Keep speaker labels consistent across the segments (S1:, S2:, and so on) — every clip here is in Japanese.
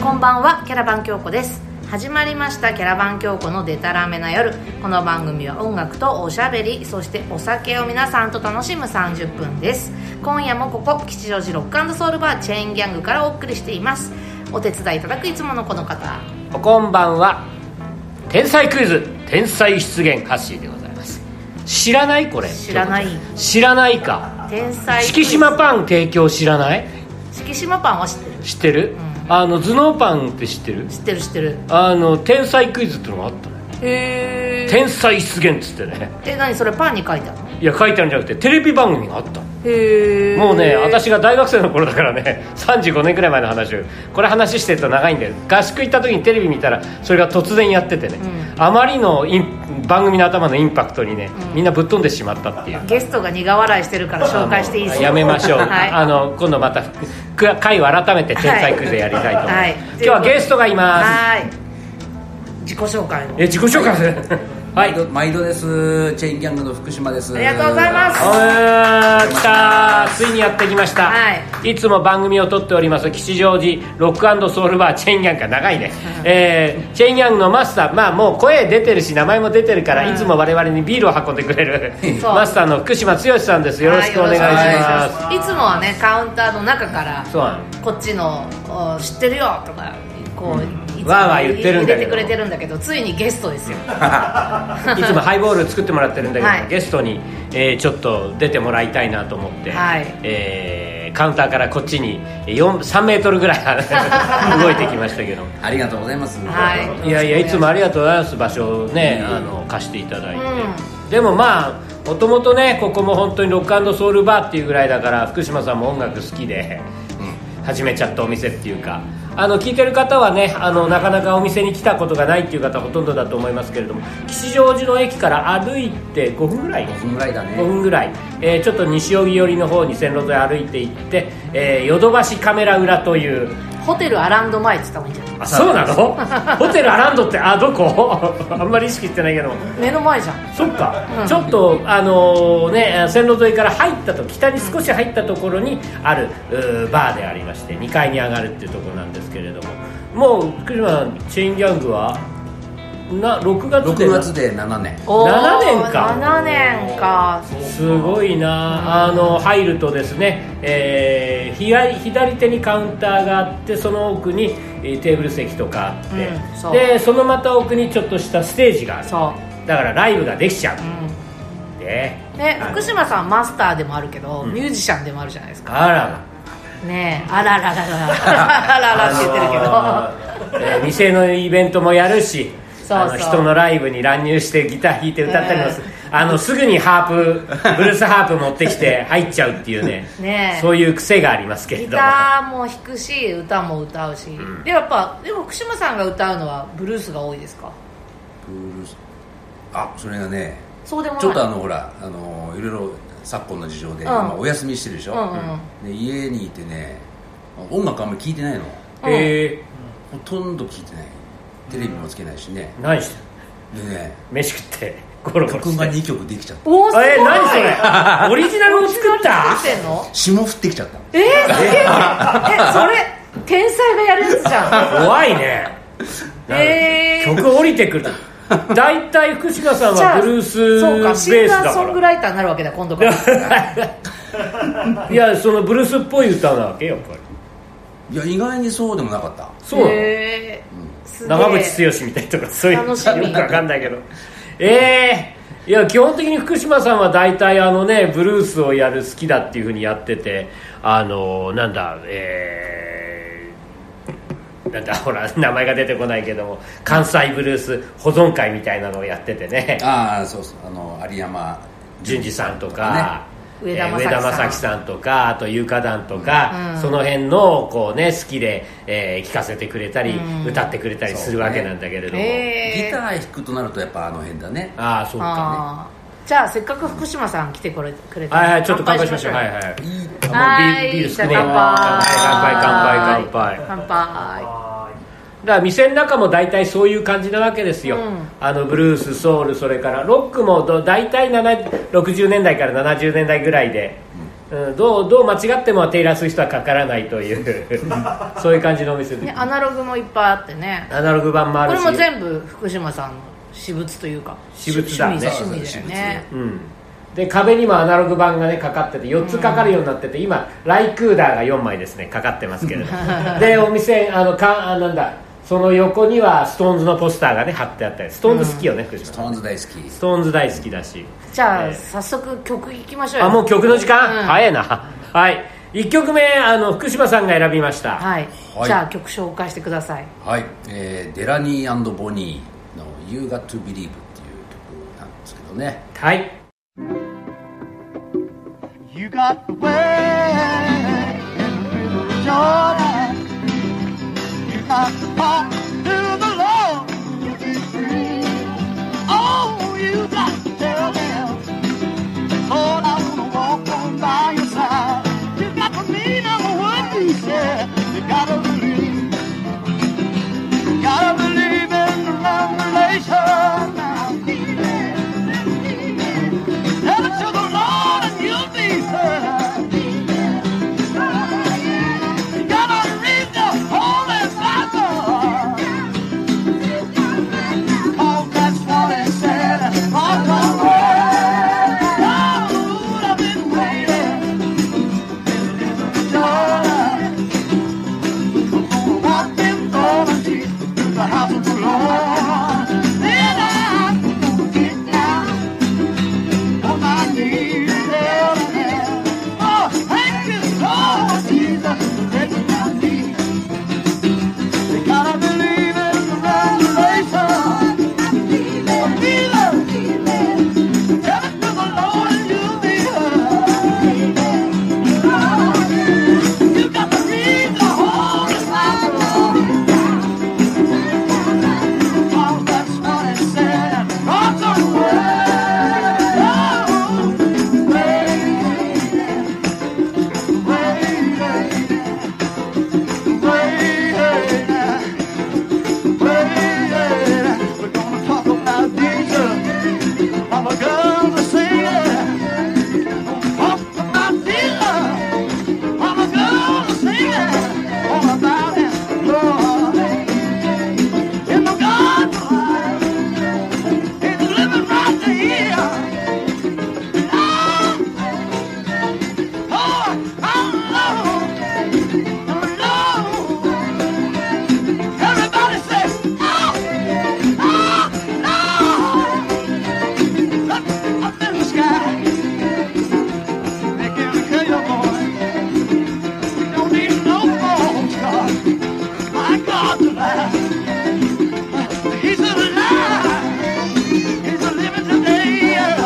S1: はキャラバン京子です始まりましたキャラバン京子のデタラメな夜この番組は音楽とおしゃべりそしてお酒を皆さんと楽しむ30分です今夜もここ吉祥寺ロックソウルバーチェーンギャングからお送りしていますお手伝いいただくいつものこの方
S2: おこんばんは天才クイズ天才出現ハッシーでございます知らないこれ
S1: 知らない
S2: 知らないか
S1: 天才
S2: 敷島パン提供知らない
S1: 敷島パンは知ってる
S2: 知ってる、
S1: うん
S2: あの頭脳パンって知ってる
S1: 知ってる知ってる
S2: あの天才クイズってのがあったね
S1: へ
S2: 天才出現っつってね
S1: え何それパンに書いてあるの
S2: いや書いてあるんじゃなくてテレビ番組があったの
S1: へえ
S2: もうね私が大学生の頃だからね35年くらい前の話をこれ話してると長いんだよ合宿行った時にテレビ見たらそれが突然やっててね、あまりのイン番組の頭のインパクトにね、みんなぶっ飛んでしまったっていう
S1: ゲストが苦笑いしてるから紹介していいですか
S2: やめましょ う、
S1: はい、
S2: あの今度またく回を改めて天才クイズやりたいと思います、
S1: はい
S2: 今日はゲストがいます
S1: はい自己紹介を
S2: え自己紹介す るは
S3: 毎
S2: い
S3: 度毎度ですチェインギャングの福島です
S1: ありがとうございます
S2: おー来たーついにやってきました、、
S1: はい
S2: つも番組を撮っております吉祥寺ロックソウルバーチェインギャンが長 いね、えーチェインギャンのマスターまあもう声出てるし名前も出てるから、いつも我々にビールを運んでくれる
S1: そう
S2: マスターの福島剛さんですよろしくお願いし
S1: は
S2: ます、
S1: いつもはねカウンターの中から
S2: そうなの
S1: こっちのお知ってるよとかこう、いつも
S2: わーわー言ってるんだけど
S1: 入れてくれてるんだけどついにゲストですよ
S2: いつもハイボール作ってもらってるんだけど、
S1: はい
S2: ゲストに、えーちょっと出てもらいたいなと思って、
S1: はい
S2: えーカウンターからこっちに4 3メートル ぐらい 動いてきましたけど
S3: ありがとうございます
S1: はい
S2: いやいやいつもありがとうございます場所をね、あの貸していただいて、でもまあもともとねここも本当にロックソウルバーっていうぐらいだから福島さんも音楽好きで始めちゃったお店っていうかあの聞いてる方はねあのなかなかお店に来たことがないっていう方ほとんどだと思いますけれども吉祥寺の駅から歩いて5分ぐらい
S3: こんぐらいだ
S2: 5
S3: ね
S2: 分ぐらい、えーちょっと西荻寄りの方に線路沿い歩いて行って、えーヨドバシカメラ裏という
S1: ホテルアランド前って言った方がいいんじゃない
S2: あそうなのホテルアランドってあどこ あんまり意識してないけど
S1: 目の前じゃん
S2: そっか、
S1: うん
S2: ちょっとあのね線路沿いから入ったと北に少し入ったところにあるうーバーでありまして2階に上がるっていうところなんですけれどももう福島さんチェインギャングはな6月で
S3: 6月で7年
S1: おー
S2: 7年か
S1: 7年か
S2: すごいな、あの入るとですね、えー左左手にカウンターがあってその奥にえーテーブル席とかあって、
S1: うんそう
S2: でそのまた奥にちょっとしたステージがある
S1: そ
S2: だからライブができちゃう
S1: う、うん
S2: で
S1: ね
S2: あ、の
S1: 福島さんはマスターでもあるけど、ミュージシャンでもあるじゃないですか
S2: あら
S1: ねえあらららら あららって言ってるけど
S2: あのーえー店のイベントもやるし
S1: そうそう
S2: あの人のライブに乱入してギター弾いて歌ったりもする、
S1: う
S2: あのすぐにハープブルースハープ持ってきて入っちゃうっていうね
S1: ねえ
S2: そういう癖がありますけれ
S1: ギ
S2: ども
S1: ターも弾くし歌も歌うし、でやっぱでも福島さんが歌うのはブルースが多いですか
S3: ブルースあそれがね
S1: そうでもない
S3: ちょっとあのほらあのいろいろ昨今の事情で、
S1: ん
S3: 今お休みしてるでしょ、
S1: うんうん
S3: で家にいてね音楽あんまり聴いてないの
S1: うん
S2: え
S3: ほとんど聴いてないテレビもつけないしね
S2: ー、何してんの
S3: でね
S2: 飯食ってゴロゴロ
S3: 曲
S2: し
S3: が
S2: て
S3: 2曲できちゃった
S1: おーすごい
S2: えー、何それ オリジナルを作った
S1: 作ってんの
S3: 霜降ってきちゃった
S1: えー、すげえ えそれ天才がやるやつじゃん
S2: 怖いね
S1: えー、
S2: 曲降りてくる大体福島さん
S1: じゃ
S2: は
S1: あ
S2: ブルース
S1: そう
S2: ベー
S1: か
S2: ス
S1: シン
S2: だ
S1: ガー
S2: か
S1: ソング
S2: ら
S1: ライターになるわけだ今度から
S2: いやそのブルースっぽい歌なわけやっぱり
S3: いや意外にそうでもなかった
S2: そうなの、
S1: えー、すげえ
S2: 長渕剛みたいとかそういう
S1: 楽しみ
S2: よくわかんないけどええいや基本的に福島さんは大体あのねブルースをやる好きだっていうふうにやっててあのなんだえーなんだほら名前が出てこないけども関西ブルース保存会みたいなのをやっててね
S3: ああそうそうあの有山
S2: 淳二さんとか、
S1: ね
S2: えー
S1: 上
S2: 上
S1: 田
S2: 田
S1: 正
S2: 正
S1: 樹
S2: 樹
S1: さ
S2: さんとかあと有華団とか、その辺のこう、ね、好きで、えー聞かせてくれたり、歌ってくれたりするわけなんだけれども、
S1: え
S3: ギター弾くとなるとやっぱあの辺だね
S2: ああそうか
S1: あーじゃあせっかく福島さん来てくれくれ
S2: ね
S1: た
S2: はいはいちょっと乾杯しましょうはいはい
S3: いい
S1: は
S2: もう
S1: い
S2: ビールビール
S1: じゃあ
S2: 少
S1: 乾
S2: ねえ
S1: 杯
S2: 乾杯乾杯乾
S1: 乾
S2: 杯
S1: 杯
S2: だから店の中も大体そういう感じなわけですよ、
S1: うん
S2: あのブルースソウルそれからロックもど大体7 60年代から70年代ぐらいで、うん、どうどう間違ってもテイラー・スウィフトはかからないという そういう感じのお店で
S1: ね、アナログもいっぱいあってね
S2: アナログ版もあ
S1: こ
S2: る
S1: れ
S2: し
S1: も全部福島さんの私物というか
S2: 私物だね
S1: 趣味趣味だよね
S2: うん、で壁にもアナログ版がねかかってて4つかかるようになってて、今ライクーダーが4枚ですねかかってますけれどでお店あのかあなんだその横にはストーンズのポスターがね貼ってあったりストーンズ好きよね、福島
S3: ス
S2: さ
S3: トー
S2: ん
S3: ンズ大好き
S2: ストーンズ大好きだし
S1: じゃあ、
S2: えー
S1: 早速曲いきましょうよ
S2: あもう曲の時間、
S1: うん
S2: 早いなはい1曲目あの福島さんが選びました、
S1: はい、
S3: はい
S1: じゃあ曲紹介してください
S3: はい、えーデラニーボニーの「You Got to Believe」っていう曲なんですけどね
S2: はい、
S4: You got the way in the river of Jordan. You got the path to the Lord. You be free. Oh, you got to tell them, Lord, I wanna walk on by your side. You got to mean on what you said. You gotta believe. You gotta believe in the revelation. Now, believe it. Believe it. Tell it to the Lord and you'll be served. You gotta read the Holy Bible. Oh, that's what it said. Mark my word. Oh, I've been waiting. Jordan. I'm gonna walk in thorny Jesus to the house of the Lord. Then I'm gonna get down. On Oh, my knees, hell and hell. Oh, thank you, Lord Jesus, let me not be. You gotta believe in the revelation. Oh, believe it. Tell it to the Lord and you'll be heard. You got to read the Holy Bible. Oh, that's what it said. God's a word. Waiting, waiting, waiting, waiting. We're gonna talk about Jesus. I'm a girl to sing it. Talk about Jesus. I'm a girl to sing it. All about him, Lord. In the garden, it's living right to here. Oh, I'm alone, I'm alone. Everybody says, oh, oh, no. Look up in the sky, they can kill your boy. We don't need no phones, God. My God, tonight. He's alive. He's living today. Yeah.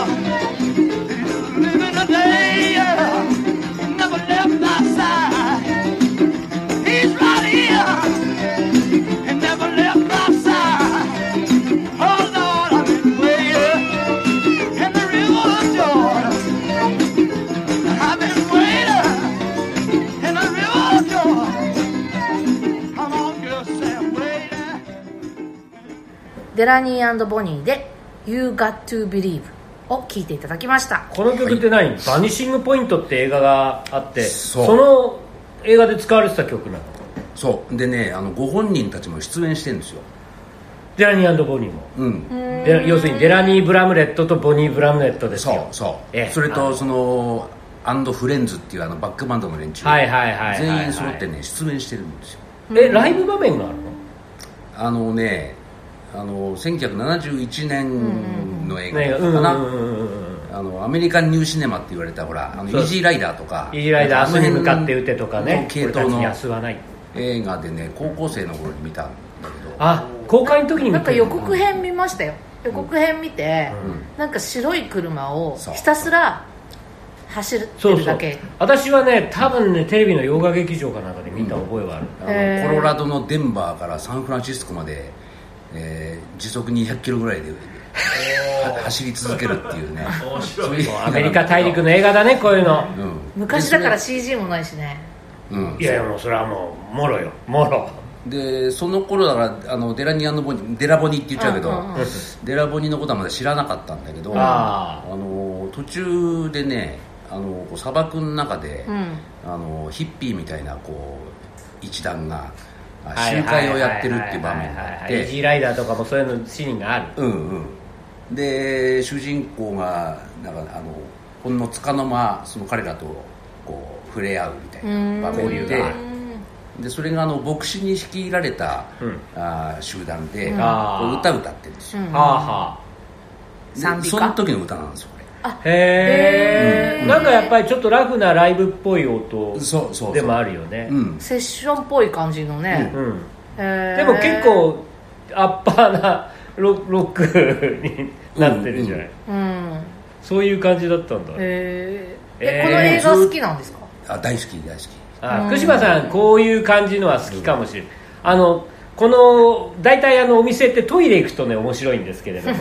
S4: He's living today. Yeah. He never left my side. He's right here. He never left my side. Oh Lord, I've been waiting in the river of Jordan. I've been waiting in the river of Jordan. Come on, girl, say I'm waiting.
S1: デラニーボニーで「You Got to Believe」を聴いていただきました
S2: この曲って何、バニシングポイントって映画があって
S3: そう
S2: の映画で使われてた曲なの
S3: そうでねあのご本人たちも出演してるんですよ
S2: デラニーボニーも
S3: うん
S2: で要するにデラニー・ブラムレットとボニー・ブラムレットです
S3: そ
S2: よ
S3: うそう、
S2: ええ
S3: それ
S2: あ
S3: と
S2: の
S3: そのアンドフレンズっていうあのバックバンドの連中
S2: はいはいはいはいはい
S3: 全員揃ってね出演してるんですよ
S2: えライブ場面があるの
S3: あのねあの1971年の映
S2: ね
S3: 画
S2: うんう
S3: か
S2: ん
S3: な、
S2: うんうんうん
S3: あのアメリカンニューシネマって言われたほらあのイ
S2: そう
S3: ージーライダーとか
S2: イージーライダー明日に向かって打てとか
S3: あの
S2: ね
S3: 辺の系
S2: 俺た
S3: 統
S2: ち
S3: の
S2: に明日はない
S3: 映画でね高校生の頃に見たんだけど
S2: あ公開の時に見て
S1: なんか予告編見ましたよ予告編見て、
S3: う
S1: なんか白い車を
S3: そう
S1: ひたすら走る
S2: そうそ
S1: だ
S2: う
S1: け
S2: 私はね多分ねテレビの洋画劇場かなんかで見た覚えはある、
S3: あ
S1: へー
S3: のコロラドのデンバーからサンフランシスコまで、えー時速200キロぐらいでは走り続けるっていうねそういう
S2: アメリカ大陸の映画だねこういうの、
S3: うん
S1: 昔だから CG もないしね
S3: うん
S2: いやいやもうそれはもうもろよもろ
S3: でその頃だからあのデラニアンのボニデラボニって言っちゃうけど、
S1: うんうん
S3: デラボニのことはまだ知らなかったんだけど
S2: あ
S3: の途中でねあのこう砂漠の中で、
S1: うん
S3: あのヒッピーみたいなこう一団があ
S2: はい
S3: 集会をやってるっていう
S2: は
S3: 場
S2: いはい
S3: 面
S2: はいはい
S3: があっ
S2: イージ
S3: て
S2: ーライダーとかもそういうのシーンがある
S3: うんうんで主人公がなんかあのほんのつかの間その彼らとこう触れ合うみたいな場面ででそれがあの牧師に率いられた、
S2: うん
S3: あー集団で、
S1: うん
S3: こう歌歌ってるんですよ、
S1: うん
S2: はあは
S3: で
S1: 賛美歌
S3: その時の歌なんですよこ
S2: あ
S1: へ
S2: へ
S1: ー
S2: えなんかやっぱりちょっとラフなライブっぽい音
S3: れそうそう
S2: でもあ
S3: る
S2: るよね
S3: うん
S1: セッションっぽい感じのね、
S2: うん
S1: へー
S2: でも結構アッパーなロロックになってるじゃない、
S3: うん
S1: うん
S2: そういう感じだったんだ、
S1: えー
S2: え
S1: え
S2: ー
S1: この映画好きなんですか
S3: あ大好き大好き
S2: あ福島さんこういう感じのは好きかもしれない、あのこの大体あのお店ってトイレ行くとね面白いんですけれ ども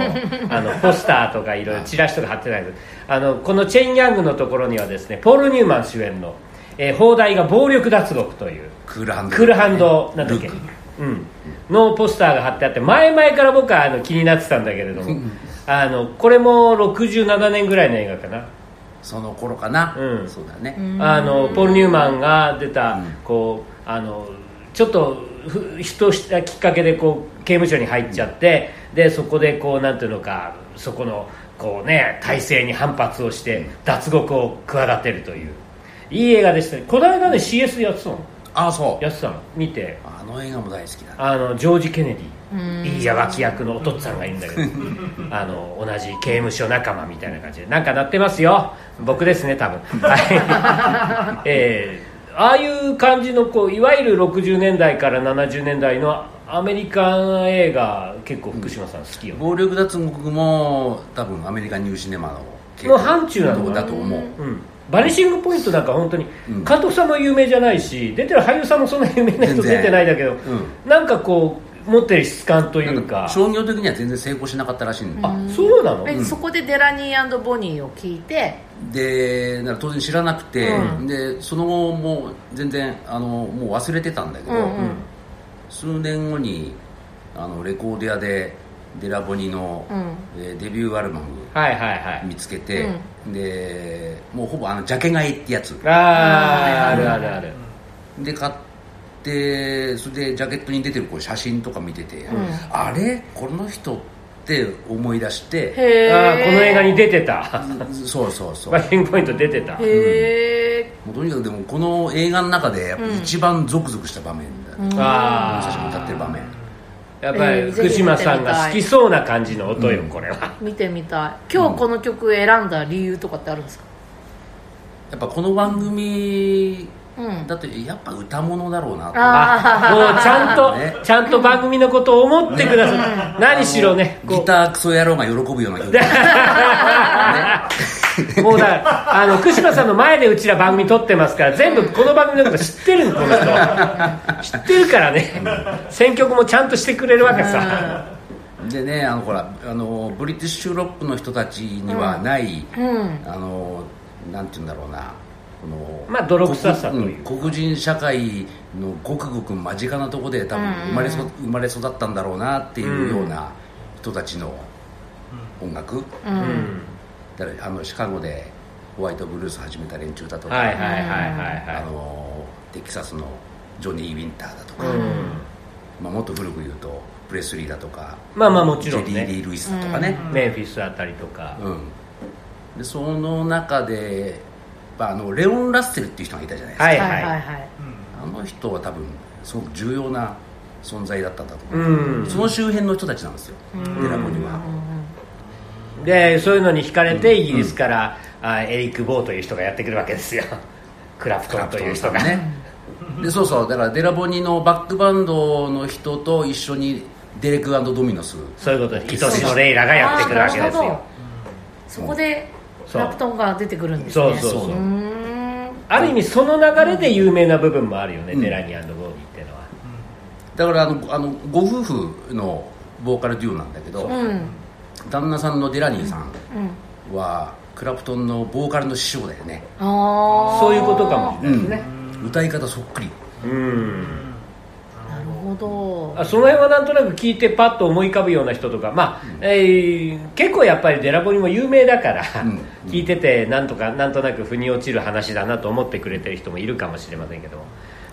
S2: あのポスターとかいろいろチラシとか貼ってないですあのこのチェン・ギャングのところにはですねポール・ニューマン主演の、えー放題が暴力脱獄という
S3: クールハンド
S2: クールハンドなんだっけ
S3: ルック
S2: うん、のポスターが貼ってあって前々から僕はあの気になってたんだけれどもあのこれも67年ぐらいの映画かな
S3: その頃かな、
S2: うん
S3: そうだね、
S2: あのポール・ニューマンが出た、
S3: うん
S2: こうあのちょっとふひとしたきっかけでこう刑務所に入っちゃって、でそこでこうなんていうのかそこのこう、ね、体制に反発をして脱獄を企てるといういい映画でしたねこの間ね CS でやってたの
S3: ああそう
S2: やってたの見て
S3: あの映画も大好きだ
S2: あのジョージ・ケネデ
S1: うん
S2: ィいいや脇役のお父さんがいるん だけどあの同じ刑務所仲間みたいな感じでなんか鳴ってますよ僕ですね多分はい えーああいう感じのこういわゆる60年代から70年代のアメリカン映画結構福島さん好きよ、ね
S3: 暴力脱獄も多分アメリカニューシネマの系
S2: の範疇なのかな
S3: だと思う、
S2: うん、バニシングポイントなんか本当に、
S3: うん
S2: 監督さんも有名じゃないし出てる俳優さんもそんな有名な人
S3: 全然
S2: 出てないんだけど、
S3: う
S2: なんかこう持ってる質感とい
S3: な
S2: うんか
S3: か商業的には全然成功しなかったらしいんで,、
S2: あそうなの
S1: えそこでデラニーボニーを聞いて
S3: でなんか当然知らなくて、
S1: う
S3: でその後も全然あのもう忘れてたんだけど、
S1: うんうん
S3: 数年後にあのレコーディアでデラボニの、
S1: うん
S3: えーデビューアルバム
S2: はいはいはい
S3: 見つけて、でもうほぼあのジャケ買いってやつ
S2: あああるあるある
S3: で買ってそれでジャケットに出てるこう写真とか見てて、あれこの人って思い出して
S2: あ
S1: へ
S2: ーこの映画に
S1: 出
S2: 出てた
S3: そうそうそう
S2: バッティングポイント出てた
S1: へえ
S3: もうとにかくでもこの映画の中でやっぱ一番ゾクゾクした場面だ、
S2: あ
S3: 写真歌ってる場
S2: あ
S3: 面
S2: やっぱ
S1: えー
S2: り
S1: ぜひ
S2: 福島さんが好きそうな感じの音よ
S3: うん
S2: これは
S1: 見てみたい今日この曲選んだ理由とかってあるんですか
S3: やっぱこの番組
S1: うん
S3: だってやっぱ歌物だろうなと
S1: あ
S2: あもうちゃん
S3: ね
S2: とちゃんと番組のことを思ってください何しろねこう
S3: ギタークソ野郎が喜ぶような曲
S2: もうだからあの福島さんの前でうちら番組撮ってますから全部この番組のこと知ってるのこの人知ってるからね選曲もちゃんとしてくれるわけさ
S3: でねあのほらあのブリティッシュロックの人たちにはない、
S1: うん
S3: あのなんて言うんだろうなこの
S2: まあ泥臭さ
S3: 黒
S2: というか
S3: ん黒人社会のごくごく間近なところで多分生まれそ、生まれ育ったんだろうなっていうような人たちの音楽、
S2: うん
S3: だからあのシカゴでホワイトブルース始めた連中だとか、
S2: はいはいはいはい
S3: あ
S2: は
S3: のテキサスのジョニー・ウィンターだと
S2: い
S3: か、
S2: うん
S3: まあ、もっと古く言うとプレスリーだとか
S2: まあまあもちろん
S3: ジェディ・リ
S2: ね
S3: ー・ルイスとかね、
S2: メンフィスあたりとか
S3: うん、でその中で、まあ、あのレオン・ラッセルっていう人がいたじゃないですか、
S2: はい
S1: はいはい
S2: は
S1: はい
S3: あの人は多分すごく重要な存在だったんだと
S2: い
S3: 思う、
S2: うん
S3: その周辺の人たちなんですよ、デラボには、
S2: でそういうのに惹かれてイギリスからあエリック・ボーという人がやってくるわけですよ クラプトンという人が
S3: ねでそうそうだからデラボニのバックバンドの人と一緒にデレクドミノス
S2: そういうことで愛しのレイラがやってくるわけです
S1: あーなる
S2: よ
S1: ほどそこで
S2: そう
S1: ラプトンが出てくるんです
S2: そう
S1: ね
S2: そうそう
S1: うん
S3: う
S1: ーん
S2: ある意味その流れで有名な部分もあるよね、
S3: うん
S2: デラニーボーニーっていうのは、
S3: だからあのあのご夫婦のボーカルデュオなんだけど、
S1: うん
S3: 旦那さんのデラニーさ
S1: うん
S3: んはクラプトンのボーカルの師匠だよね、
S1: ああ
S2: そういうことかもしれないですね
S3: 歌い方そっくり
S2: うん、
S1: なるほほど
S2: あその辺はなんとなく聞いてパッと思い浮かぶような人とか、まあえー結構やっぱりデラボニも有名だから、
S3: ん
S2: 聞いててなんとかなんとなく腑に落ちる話だなと思ってくれてる人もいるかもしれませんけども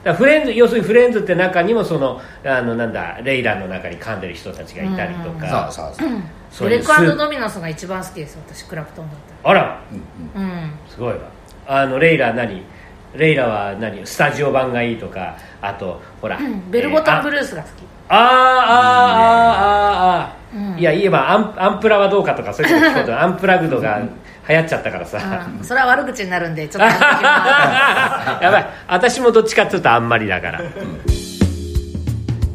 S2: だからフレンズ要するにフレンズって中にもそのあのなんだレイランの中に噛んでる人たちがいたりと
S3: さ
S2: か、
S3: あさあさあ、
S2: そ
S1: ブ
S2: うい
S1: レ
S2: う
S1: ッ
S2: ス
S1: クドミノスが一番好きです私クラプトンだっ
S2: あら
S1: たらうん
S2: すごいわあのレイラ何レイラは何スタジオ版がいいとかあとほら、
S1: ベルボタンブ
S2: ル
S1: ルースが好き、
S2: ああーあーあーあーあー、
S1: うん
S2: いや言えばアンアンプラはどうかとかそういうこと聞くことアンプラグドが流行っちゃったからさ、
S1: うんそれは悪口になるんでちょっとやめておきます
S2: やばい私もどっちかっていうとあんまりだから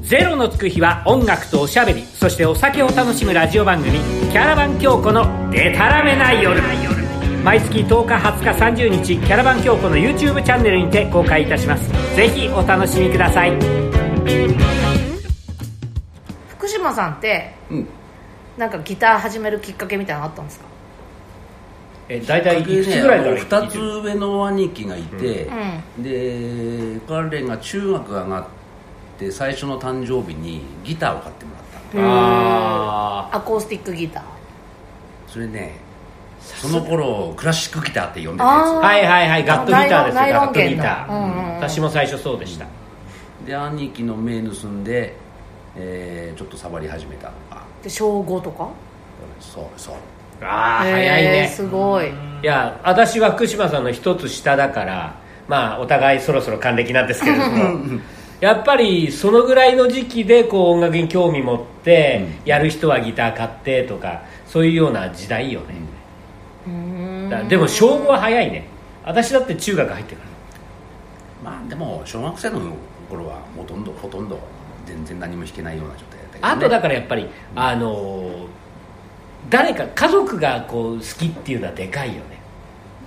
S2: ゼロのつく日は音楽とおしゃべりそしてお酒を楽しむラジオ番組「キャラバン京子のでたらめな夜」毎月10日20日30日キャラバン京子の YouTube チャンネルにて公開いたしますぜひお楽しみください
S1: 福島さんって
S3: うん
S1: なんかギター始めるきっかけみたいなのあったんですか
S2: え大体
S3: 僕ね
S2: いくつぐらいから
S3: あの二つ上の兄貴がいて、
S1: う
S3: で彼が中学上がって最初の誕生日にギターを買ってもらった
S2: あ
S1: アコースティックギター
S3: それねその頃クラシックギターって呼んでたやつ
S1: あー
S2: はいはいはいガットギターですよ
S1: ナイロン
S2: ガットギタ
S1: ナイロン弦のうんうんうん
S2: ー私も最初そうでした
S3: で兄貴の目盗んで、えーちょっとサボり始めたのか
S1: で小5とか
S3: そうそう
S2: ああ
S1: へー
S2: 早いね
S1: すごい
S2: いや私は福島さんの一つ下だからまあお互いそろそろ還暦なんですけれどもやっぱりそのぐらいの時期でこう音楽に興味持って、やる人はギター買ってとかそういうような時代よね、
S1: うーん
S2: だでも小5は早いね私だって中学入ってから
S3: まあでも小学生の頃はほとんどほとんど全然何も弾けないような状態だったけど、ね、
S2: あとだ
S3: か
S2: からやっぱり、あのー誰か家族がこう好きっていうのはでかいよね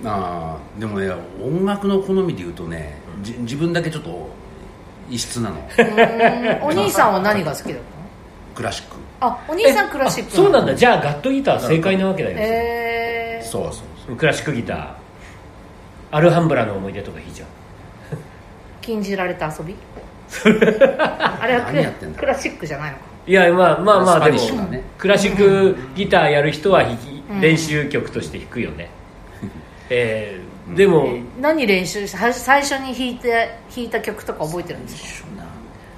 S3: あーでもね音楽の好みで言うとねじ自分だけちょっと異質な の
S1: お兄さんは何が好きだったの
S3: クラシック
S1: あお兄さんクラシック
S2: えあそうなん
S1: だ
S2: だじゃあガットギター正解なわけだよ、
S1: へえ
S3: そうそうそう
S2: クラシックギターアルハンブラの思い出とか弾いちゃう
S1: 禁じられた遊びあれはク
S3: 何やってんだ
S1: クラシックじゃないのか
S2: いやまあまあま
S3: スパ
S2: あで
S3: ニッ
S2: も
S3: シュだね
S2: クラシックギターやる人は弾き
S1: うん
S2: 練習曲として弾く よね、えーでも
S1: 何練習したは最初に弾いて弾いた曲とか覚えてるんですか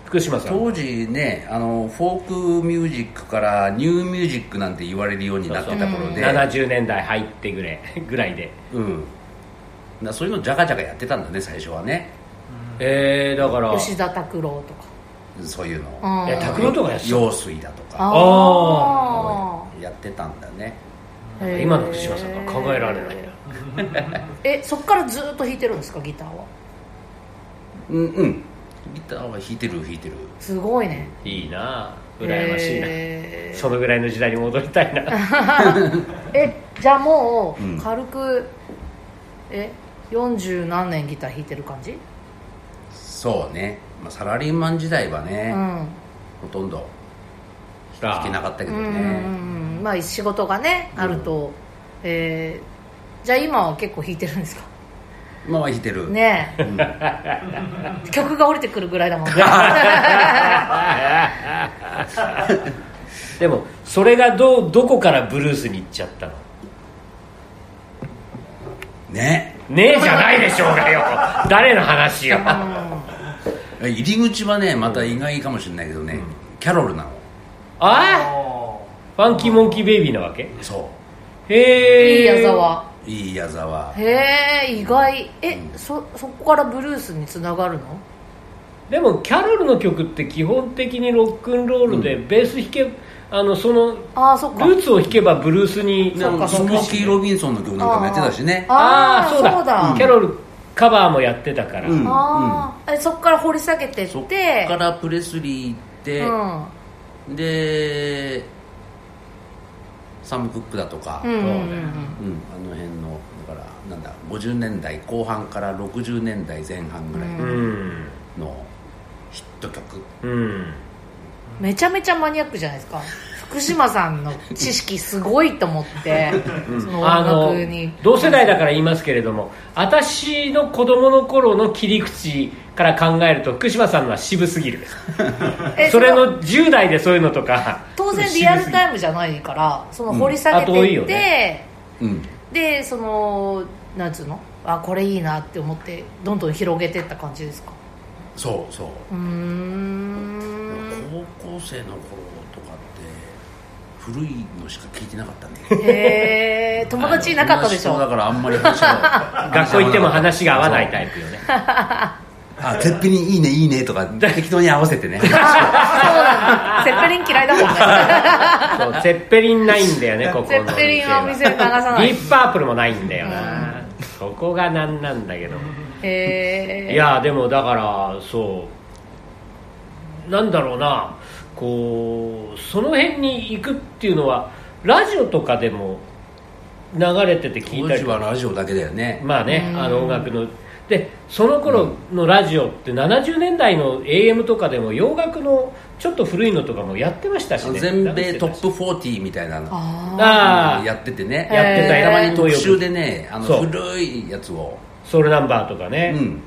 S2: 福島さん
S3: 当時ねあのフォークミュージックからニューミュージックなんて言われるようになってた頃で
S2: 70年代入ってくれぐらいで、
S3: うんだそういうのジャカジャカやってたんだね最初はね
S2: えー、だから
S1: 吉田拓郎とか
S3: そういうのを
S1: うん
S2: いや拓郎とかやっしょ
S3: 用水だとか
S1: あ
S3: やってたんだね
S1: あへー
S2: 今の福島さんが考えられないな
S1: えそっからずっと弾いてるんですかギターは
S3: うんうんギターは弾いてる弾いてる
S1: すごいね
S2: いいな羨ましいな、
S1: へー
S2: そのぐらいの時代に戻りたいな
S1: えじゃあも
S3: うん
S1: う軽くえ40何年ギター弾いてる感じ
S3: そうね、まあ、サラリーマン時代は
S1: う
S3: ね、
S1: ん
S3: ほとんど弾けなかったけどね
S1: うんまあ仕事がねあると、えーじゃあ今は結構弾いてるんですか
S3: まあ弾いてる、
S1: ねえ、曲が降りてくるぐらいだもんね
S2: でもそれがどうどこからブルースに行っちゃったの
S3: ね
S2: ねえじゃないでしょうがよ誰の話よ
S3: 入り口はねまた意外かもしれないけどね、キャロルなの
S2: あファンキーモンキーベイビーなわけ
S3: そ
S2: へえ
S1: いい矢沢
S3: ういい矢沢
S1: へえ意外えそそこからブルースにつながるの
S2: でもキャロルの曲って基本的にロックンロールでベース弾け、あのその
S1: ああそっか
S2: ルーツを弾けばブルースに
S3: でもスモーキー・ロビンソンの曲なんかもやってたしね
S1: ああ
S2: ー
S1: そうだ
S2: キャロルカバーもやってたから、
S3: うん
S1: ああ、えそこから掘り下げてって
S3: そっからプレスリー行って、
S1: うん
S3: でサム・クックだとか、
S1: う
S3: うん
S1: んうんうん
S3: あの辺のだからなんだ50年代後半から60年代前半ぐらい
S2: うん
S3: のヒット曲、
S2: うん
S1: めちゃめちゃマニアックじゃないですか福島さんの知識すごいと思ってその音
S2: あの
S1: 楽に
S2: 同世代だから言いますけれども私の子供の頃の切り口から考えると福島さんのは渋すぎる
S1: え
S2: それ
S1: の
S2: の10代でそういうのとか
S1: 当然リアルタイムじゃないからその掘り下げて
S2: うんあ遠い
S1: い
S2: よ
S1: って、
S3: うん
S1: でそのなんつうのあこれいいなって思ってどんどん広げてった感じですか
S3: そうそう
S1: うーん
S3: 高校生の頃とかって古いのしか聞いてなかったね
S1: へえ 友達いなかったでし
S3: あの友達とだ
S1: ょ
S3: からあんまり話が合わない
S2: 学校行っても話が合わないタイプよね
S3: あ絶品にいいねいいね とか適当に合わせてね
S1: セッペリン嫌いだも ん
S2: そうゼッペリンないんだよ ねここ
S1: ねセ
S2: の
S1: ッペリンはお店を流さな
S2: デ
S1: い
S2: ィープパープルもないんだよな、そこがなんなんだけど、
S1: へえ
S2: いやでもだからそうなんだろうなこうその辺に行くっていうのはラジオとかでも流れてて聞
S3: 当
S2: いたり
S3: 時
S2: と
S3: は
S2: か
S3: ラジオだけだよね
S2: まあねあの音楽のでその頃のラジオって70年代の AM とかでも洋楽のちょっと古いのとかもやってましたしね
S3: 全米トップ40みたいなの
S1: あー
S2: ああ
S3: やっててね
S2: やってた
S1: へー
S2: よ
S3: たまに特集でねあ
S2: そ
S3: の
S2: う
S3: 古いやつを
S2: ソウルナンバーとか
S3: う
S2: ね、
S3: ん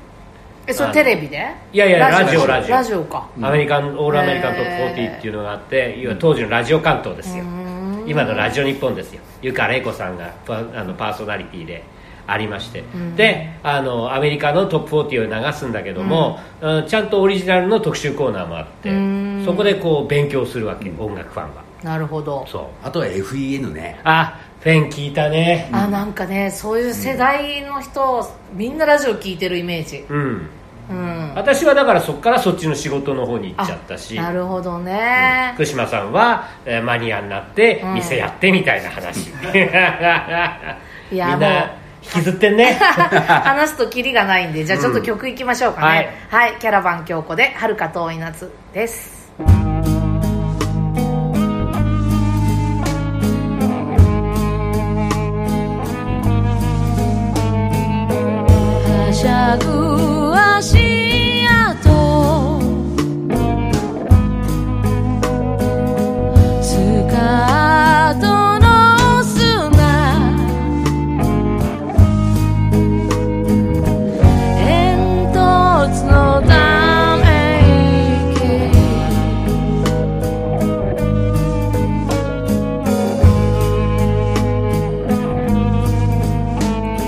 S1: えそれテレビで
S2: いやいやラジオラジオ
S1: ラジオか
S2: アメリカンオールアメリカントップ
S1: へー
S2: 40っていうのがあっていわゆる当時のラジオ関東ですよ今のラジオ日本ですよ湯川玲子さんがパあのパーソナリティでありまして、であのアメリカのトップ40を流すんだけども、うんちゃんとオリジナルの特集コーナーもあって
S1: うん
S2: そこでこう勉強するわけ、音楽ファンは
S1: なるほど
S2: そう
S3: あとは FEN ね
S2: あフェン聞いたね
S1: あなんかねそういう世代の人みんなラジオ聞いてるイメージ
S2: うん
S1: うん
S2: 私はだからそこからそっちの仕事の方に行っちゃったし
S1: あなるほどね、
S2: 福島さんは、えーマニアになって
S1: うん
S2: 店やってみたいな話、
S1: い
S2: みん
S1: や
S2: な引きずって ん ね
S1: 話すとキリがないんでじゃあちょっと曲いきましょうかね、はい、キャラバン京子で「はるか遠い夏」です
S5: はしゃぐ足跡スカートの砂煙突のため池錆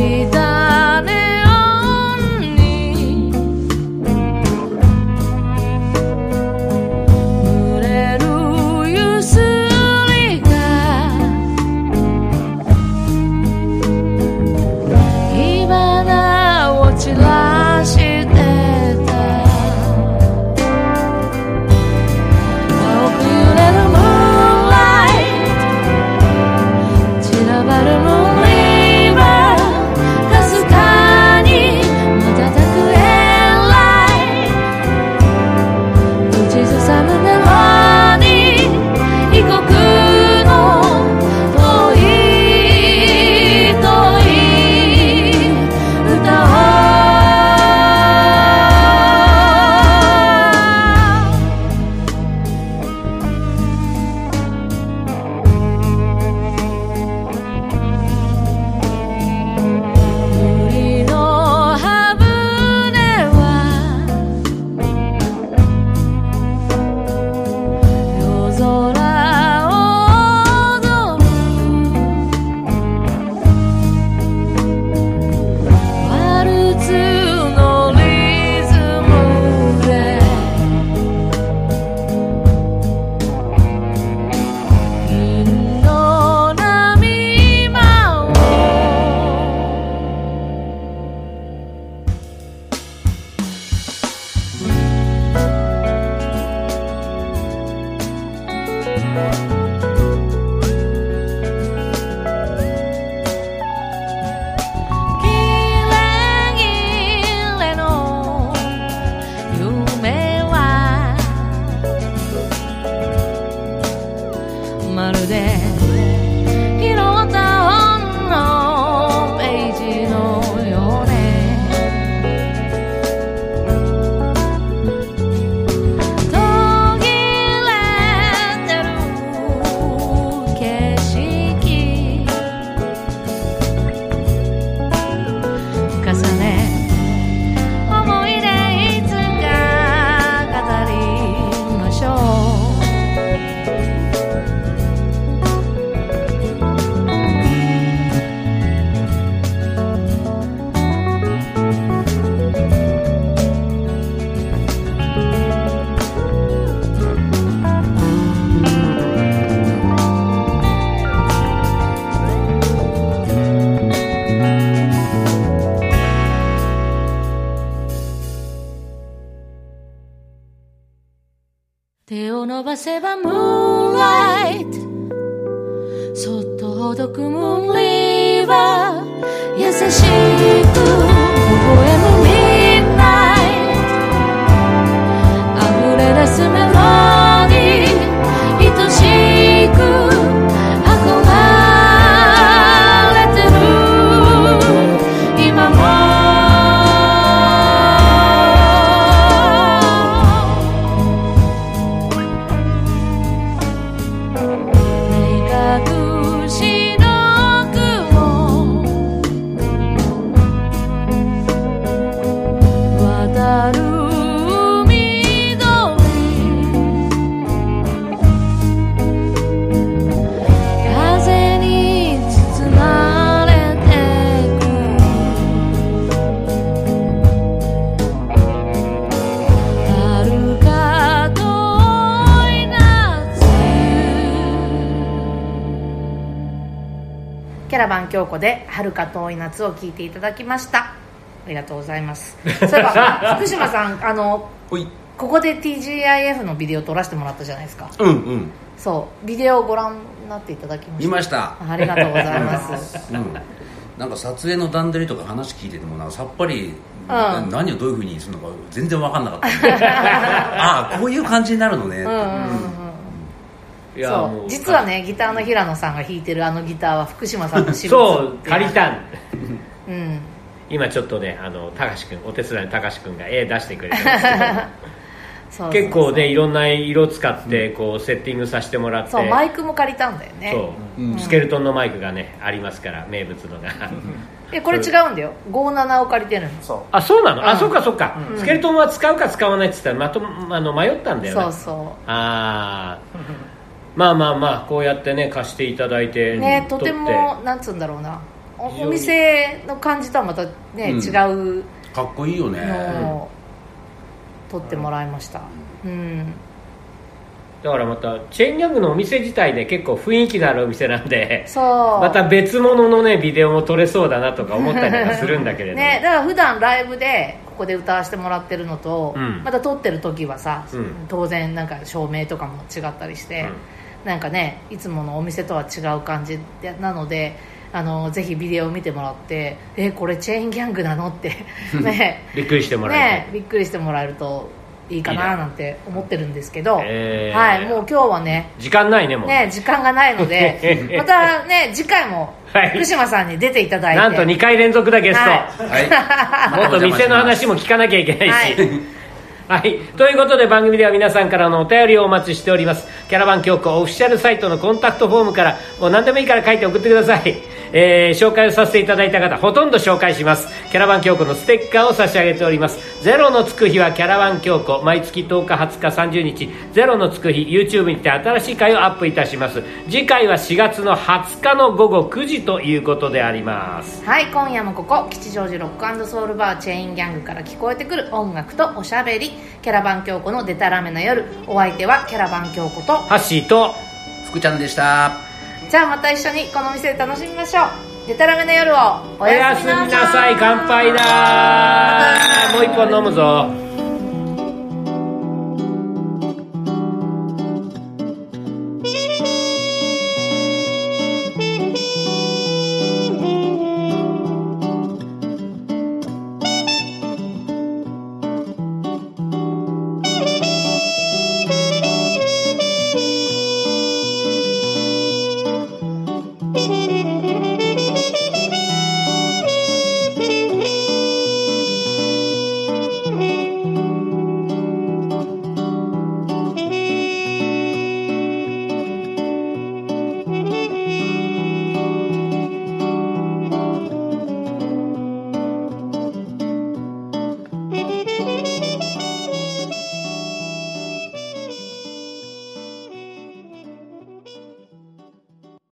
S5: びたネオンに濡れるゆすりが火花を散らしてた青く揺れるムーンライト散らばるのリバーかすかに瞬くエライ打ちずさむメロディー異国の遠い遠い歌を森の羽舟は夜空を踊るワルツのリズムで銀の波間を「キレキレの夢は」「まるで拾った本のページのようね」「途切れてる景色」重ね探せば Moonlight そっとほどく Moonlight は優しく微笑む Midnight 溢れ出すメロディー愛しく憧れてる今も目隠しの雲渡る海鳥風に包まれてく遥か遠い夏
S1: キャラバン京子で「遥か遠い夏」を聴いていただきましたありがとうございますそういえ ば福島さんあの
S3: ほい
S1: ここで TGIF のビデオ撮らせてもらったじゃないですか
S3: うんうん
S1: そうビデオをご覧になっていただきました
S3: 見ました
S1: ありがとうございます
S3: うんなんか撮影の段取りとか話聞いててもなんかさっぱり、
S1: うん
S3: 何をどういうふうにするのか全然分かんな かったんでああこういう感じになるのね、
S1: うんうんうん
S2: い
S1: うん
S2: や
S1: そ
S2: も
S1: う
S2: う
S1: 実はねギターの平野さんが弾いてるあのギターは福島さんの私物
S2: そう借りたん
S1: うん
S2: 今ちょっとねあの高志くんお手伝いの高志くんが絵出してくれてますけど
S1: そう
S2: 結構ねいろんな色使ってこうセッティングさせてもらって
S1: そうマイクも借りたんだよね
S2: そう
S3: うん
S2: スケルトンのマイクがねありますから名物 のが
S1: えこれ違うんだよ57を借りてるの
S6: そう
S2: あそうなの
S1: う
S2: あ
S1: ん
S2: そっかそっかスケルトンは使うか使わないって言ったらまとあの迷ったんだよね
S1: そうそ
S2: ああまあまあまあこうやってね貸していただいて
S1: うね
S2: 撮
S1: と
S2: っ
S1: て
S2: て
S1: もなんつうんだろうなお
S2: 非常に
S1: お店の感じとはまたね、
S3: うん
S1: 違う
S3: かっこいいよね
S1: のを撮ってもらいましたうん、
S2: だからまたチェンギャングのお店自体で結構雰囲気のあるお店なんで
S1: そう
S2: また別物のねビデオも撮れそうだなとか思ったりなんかするんだけれども、
S1: ねだから普段ライブでここで歌わせてもらってるのと、
S2: うん
S1: また撮ってる時はさ、
S2: うん
S1: 当然なんか照明とかも違ったりして、なんかねいつものお店とは違う感じでなのであのぜひビデオを見てもらってえこれチェーンギャングなの ってね
S2: びっくりしてもらえ
S1: ね
S2: て、
S1: びっくりしてもらえるといいかななんて思ってるんですけど
S2: えー
S1: はい、もう今日はね
S2: 時間ないねもう
S1: ね時間がないの でまたね次回も
S2: はい
S1: 福島さんに出ていただいて、
S2: なんと2回連続だゲスト、
S1: は
S3: はい
S2: もっと店の話も聞かなきゃいけないし、はい、ということで番組では皆さんからのお便りをお待ちしておりますキャラバン教皇オフィシャルサイトのコンタクトフォームからもう何でもいいから書いて送ってください、えー紹介をさせていただいた方ほとんど紹介しますキャラバン教皇のステッカーを差し上げておりますゼロのつく日はキャラバン教皇毎月10日20日30日ゼロのつく日 YouTube にて新しい回をアップいたします次回は4月の20日の午後9時ということであります
S1: はい今夜もここ吉祥寺ロックソウルバーチェインギャングから聞こえてくる音楽とおしゃべりキャラバン京子のデタラメな夜お相手はキャラバン京子と
S2: ハッシーと
S3: 福ちゃんでした
S1: じゃあまた一緒にこの店で楽しみましょうデタラメな夜を
S2: おやすみなさい乾杯だもう一本飲むぞ